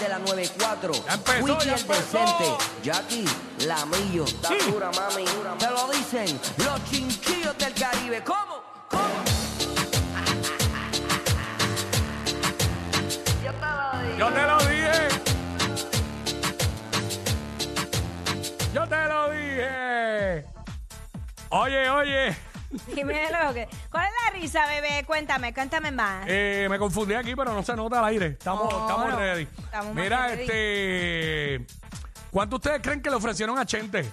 de la 94. Ya empezó, Wiki ya el empezó. decente. Jackie Lamillo. Está dura, mami. Te lo dicen los chinchillos del Caribe. ¿Cómo? ¿Cómo? Yo te lo digo. Yo te lo dije. Yo te lo dije. Oye, oye. Dímelo, ¿qué? ¿Cuál es la risa, bebé? Cuéntame, cuéntame más. Eh, me confundí aquí, pero no se nota al aire. Estamos, No, estamos no. ready. Estamos más Mira, que ready. este. ¿Cuánto ustedes creen que le ofrecieron a Chente?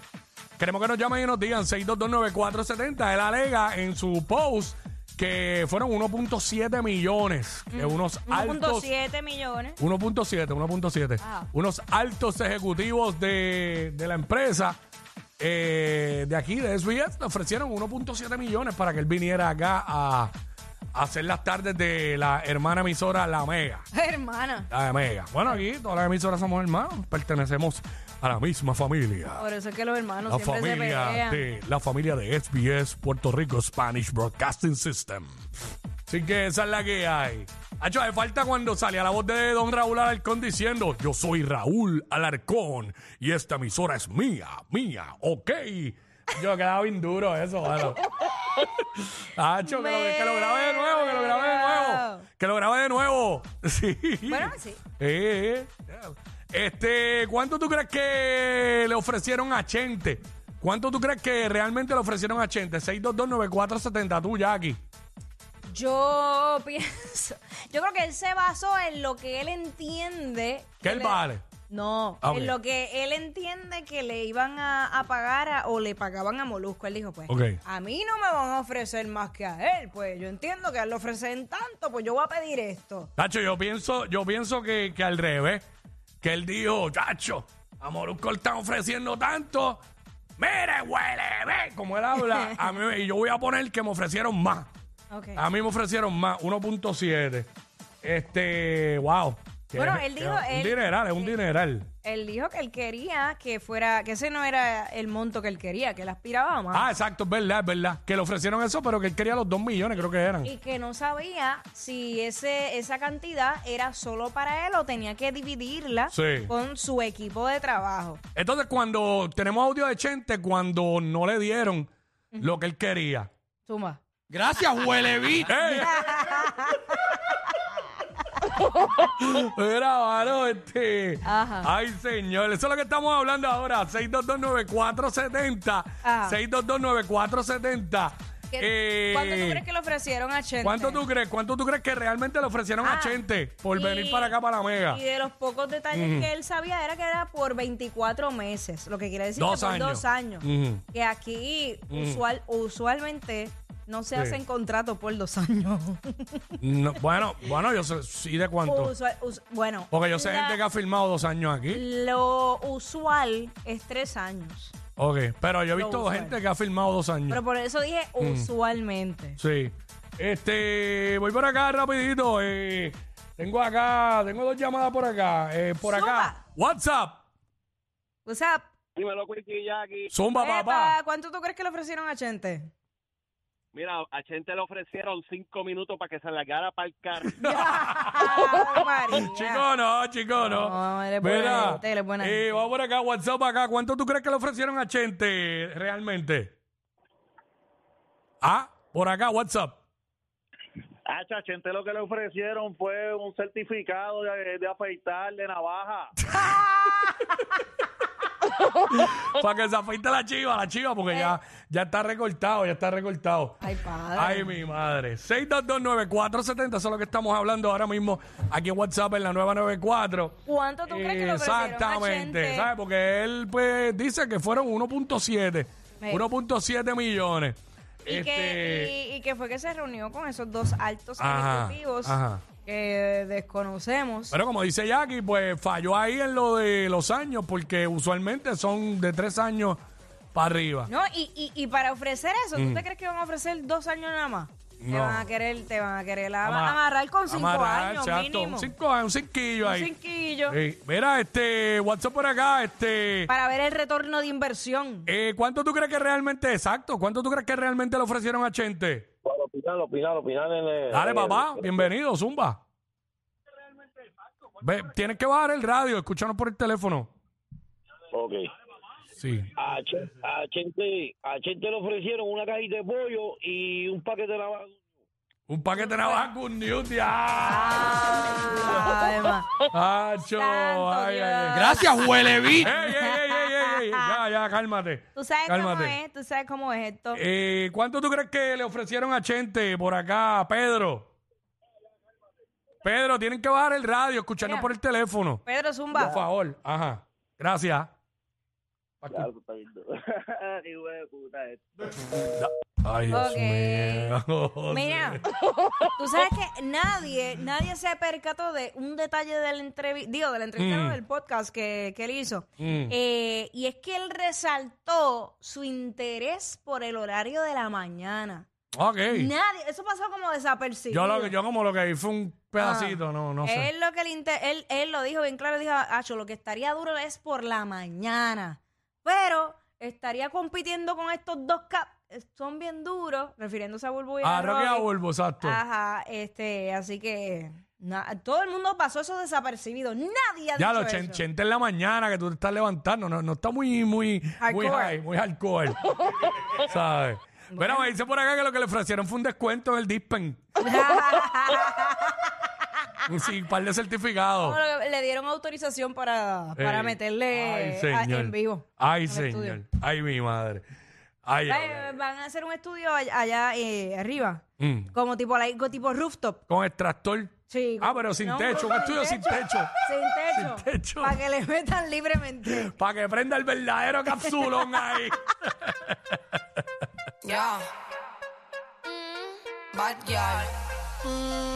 Queremos que nos llamen y nos digan 6229470. Él alega en su post que fueron 1.7 millones. Que Mm, unos altos. 1.7 millones. 1.7, 1.7. Wow. Unos altos ejecutivos de, de la empresa eh, de aquí, de SBS, le ofrecieron 1.7 millones para que él viniera acá a, a hacer las tardes de la hermana emisora La Mega. Hermana. La Mega. Bueno, aquí todas las emisoras somos hermanos, pertenecemos a la misma familia. Por eso es que los hermanos La siempre se familia, pelean. de, la familia de SBS Puerto Rico Spanish Broadcasting System. Así que esa es la que hay. Hacho, hace falta cuando salía la voz de don Raúl Alarcón diciendo: Yo soy Raúl Alarcón y esta emisora es mía, mía, ok. Yo quedaba bien duro eso, mano. Hacho, que lo, que lo grabe de nuevo, que lo grabe de nuevo. Que lo grabe de nuevo. Sí. Bueno, sí. Eh, eh. Este, ¿cuánto tú crees que le ofrecieron a Chente? ¿Cuánto tú crees que realmente le ofrecieron a Chente? 6229470, tú, Jackie. Yo pienso. Yo creo que él se basó en lo que él entiende. ¿Qué él le- vale? No, Ah, ok. en lo que él entiende que le iban a, a pagar a- o le pagaban a Molusco. Él dijo, pues, Ok. a mí no me van a ofrecer más que a él. Pues yo entiendo que a él le ofrecen tanto, pues yo voy a pedir esto. Tacho, yo pienso, yo pienso que, que al revés. Que él dijo, Tacho, a Molusco le están ofreciendo tanto. Mire, huele, ve. Como él habla, a mí, y yo voy a poner que me ofrecieron más. Ok. A mí me ofrecieron más, 1.7. Este, wow. Que- Bueno, él que dijo, Un él- dineral, es un dineral. Él dijo que él quería que fuera, que ese no era el monto que él quería, que él aspiraba a más. Ah, exacto, es verdad, es verdad. Que le ofrecieron eso, pero que él quería los 2 millones, creo que eran. Y que no sabía si ese, esa cantidad era solo para él o tenía que dividirla Sí. con su equipo de trabajo. Entonces, cuando tenemos audio de Chente, cuando no le dieron lo que él quería. Suma. Gracias, huele bicho. ¡Ey! Mira, mano, este. Ajá. Ay, señor. Eso es lo que estamos hablando ahora. 6229470. Ajá. 6229470. ¿Qué- Eh, ¿Cuánto tú crees que le ofrecieron a Chente? ¿Cuánto tú crees? ¿Cuánto tú crees que realmente le ofrecieron a Ah, Chente por y- venir para acá para la Mega? Y de los pocos detalles que él sabía era que era por 24 meses, lo que quiere decir Dos que por años. dos años. Ujú. Que aquí usual, usualmente no se hacen contratos por dos años. No, bueno, bueno, yo sé, sí de cuánto. Usual- us- bueno, Porque yo sé Pues, la- gente que ha firmado dos años aquí. lo usual es tres años. Ok, pero yo he visto usual. gente que ha firmado dos años. Pero por eso dije Mm. usualmente. Sí. Este, voy por acá rapidito. eh, tengo acá, tengo dos llamadas por acá. eh, por acá. Zumba. WhatsApp. O sea, Dímelo, Quickie y Jackie. Zumba, Pepa, papá. ¿cuánto tú crees que le ofrecieron a Chente? Mira, a Chente le ofrecieron cinco minutos para que se largara para el carro. Ay, Ah, María. Chico, no, chico, no. No, él es buena Mira, gente, él es buena eh, gente. vamos por acá, WhatsApp acá. ¿Cuánto tú crees que le ofrecieron a Chente realmente? Ah, por acá, WhatsApp. Ah, a Chente lo que le ofrecieron fue un certificado de, de afeitar de navaja. Para que se afeite la chiva, la chiva, porque ya, ya está recortado, ya está recortado. Ay, padre. Ay, mi madre. 6229470, eso es lo que estamos hablando ahora mismo aquí en WhatsApp en la 994. ¿Cuánto tú crees que lo ofrecieron a Exactamente, Chente? ¿sabes? Porque él pues dice que fueron 1.7, Sí. 1.7 millones. Este, Y, que, y- y que fue que se reunió con esos dos altos Ajá, ejecutivos ajá. que desconocemos. Pero como dice Jackie, pues falló ahí en lo de los años, porque usualmente son de tres años para arriba. no, y, y- y para ofrecer eso, ¿tú te crees que van a ofrecer dos años nada más? Te No. van a querer, te van a querer ama- Ama- amarrar con cinco amarrar, años chato, mínimo. Un, cinco, un cinquillo Un ahí. Eh. cinquillo. Sí. Mira, este, WhatsApp por acá, este... Para ver el retorno de inversión. eh, ¿Cuánto tú crees que realmente, exacto, cuánto tú crees que realmente le ofrecieron a Chente? Bueno, opinar, opinar, opinar. En el- Dale, en el- papá, bienvenido, Zumba. Ve, tienes que bajar el radio, escúchanos por el teléfono. Ok. Sí. A, Ch- a Chente, a Chente le ofrecieron una cajita de pollo y un paquete de navaja. Un paquete de navaja con Dios. ¡Ah! Ay, ma. ¡Acho! Santo ¡Ay, ay, ay! Gracias, huele ¡Ey, ey, ey, ey, ey, ey! Ya, ya, cálmate. Tú sabes cómo Cálmate. es, tú sabes cómo es esto. Eh, ¿Cuánto tú crees que le ofrecieron a Chente por acá, a Pedro? Pedro, tienen que bajar el radio, escucharnos Mira. por el teléfono. Pedro Zumba. Por favor. Ajá. Gracias. Ya, eso está bien duro. Ah, Qué hijo de puta es. Ay, Dios Ok. mío. Mira, tú sabes que nadie, nadie se percató de un detalle del entrevista, digo, de la entrevista no, Mm. del podcast que, que él hizo. Mm. Eh, y es que él resaltó su interés por el horario de la mañana. Ok. Nadie, eso pasó como desapercibido. Ah. Yo, lo que, yo como lo que vi fue un pedacito, no, no sé. Él lo que le inter- él, él lo dijo bien claro, dijo, Acho, lo que estaría duro es por la mañana. Pero estaría compitiendo con estos dos cap, eh, son bien duros, refiriéndose a Bulbo y Ah, a Rocky Rocky. a Bulbo, exacto. Ajá, este, así que na- todo el mundo pasó eso desapercibido. Nadie ha Ya, dicho los chen- eso. chente en la mañana que tú te estás levantando. No, no está muy, muy, muy Hardcore. high, muy hardcore. ¿Sabes? Bueno, me dice por acá que lo que le ofrecieron fue un descuento en el Dispen. un sí, par de certificados. Como lo que le dieron autorización para, para Eh, meterle ay, a- señor. en vivo. Ay, al señor. estudio. Ay, mi madre. Ay, ay, Eh, ay. van a hacer un estudio allá, allá, eh, arriba, Mm. como tipo, la- como tipo rooftop. Con extractor. Sí. Ah, pero sin No, techo, un estudio sin techo. Sin techo. Sin techo. Para que le metan libremente. Para que prenda el verdadero capsulón ahí. Yeah. Bad girl.